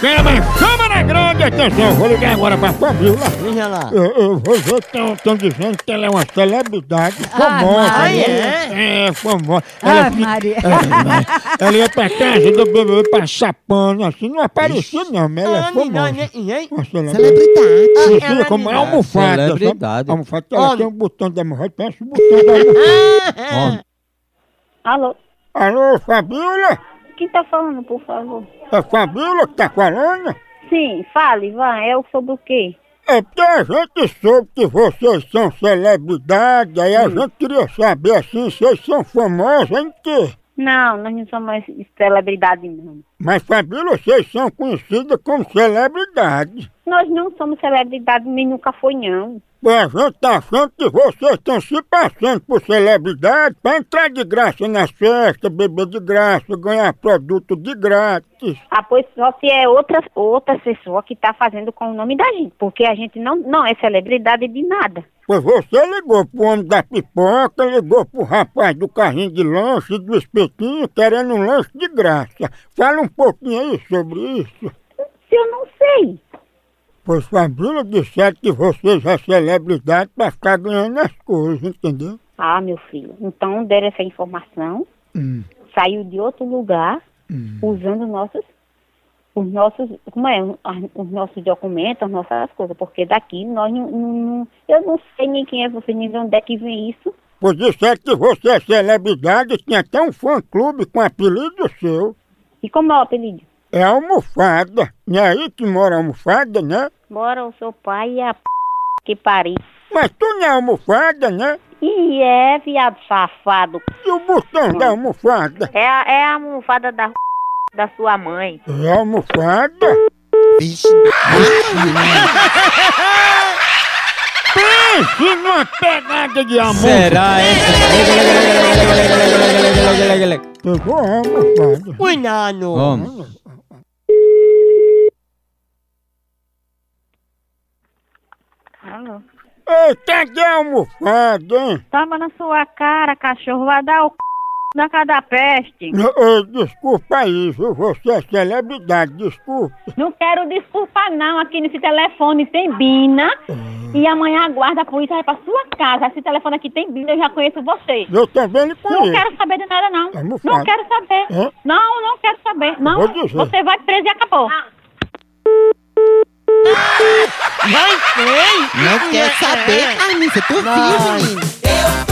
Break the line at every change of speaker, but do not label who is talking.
Câmara, Câmara Grande, é atenção, vou ligar agora pra Fabiola.
Veja lá.
Eu, eu vou ver que estão dizendo que ela é uma celebridade famosa.
Ah,
ela é? É, famosa. Ela,
Ah, Maria.
é, ela ia pra casa do bebê passar pano, assim, não apareceu não, mas ela é famosa. Uma celebridade.
Celebridade.
Sim, sim, como é almofada. sabe?
Celebridade.
Almofada, ela
Olha.
tem um botão da mulher, parece um botão da mulher.
Homem.
Alô,
Alô, Fabiola?
quem tá falando, por favor?
É Fabiola que tá falando?
Sim, fale, vai, é o sobre o quê?
É porque a gente soube que vocês são celebridade, aí a gente queria saber assim, vocês são famosos em quê?
Não, nós não somos mais celebridade, não.
Mas Fabíola, vocês são conhecidas como celebridade.
Nós não somos celebridade, nem nunca foi, não.
Pois a gente tá achando que vocês estão se passando por celebridade pra entrar de graça nas festas, beber de graça, ganhar produto de grátis.
Ah, pois só se é outra, outra pessoa que tá fazendo com o nome da gente, porque a gente não, não é celebridade de nada.
Pois você ligou pro homem da pipoca, ligou pro rapaz do carrinho de lanche, do espetinho, querendo um lanche de graça. Fala um pouquinho aí sobre isso.
Se eu não sei.
Pois Fabíola disseram que vocês é celebridade pra ficar ganhando as coisas, entendeu?
Ah, meu filho, então deram essa informação, saiu de outro lugar, usando nossos, os nossos, como é, as- os nossos documentos, as nossas coisas, porque daqui nós não, não- não- eu não sei nem quem é você, nem de onde é que vem isso.
Pois disseram que você é celebridade e tem até um fã-clube com apelido seu.
E como é o apelido?
É almofada. Não é aí que mora a almofada, né?
Bora o seu pai e a p... que pariu.
Mas tu não é almofada, né?
E é, viado safado.
E o botão da almofada?
É, a- é a almofada da da sua mãe.
É almofada?
Vixe.
Pense numa pegada de amor.
Será, hein?
Pegou a almofada.
Ui, nano.
Homem.
Alô?
Eita, de almofada, hein?
Toma na sua cara, cachorro. Vai dar o c... na cara da peste.
Não, ô, desculpa aí, viu? Você é celebridade, desculpa.
Não quero desculpa não. Aqui nesse telefone tem Bina. E amanhã aguarda a polícia vai pra sua casa. Esse telefone aqui tem Bina, eu já conheço você.
Eu também lhe
Não
conheço.
quero saber de nada, não.
É almofada.
Não quero saber.
Hã?
Não, não quero saber. Não,
Vou dizer.
você vai preso e acabou.
Não quer saber, Carminha. Você é tua filha, menino.
Eu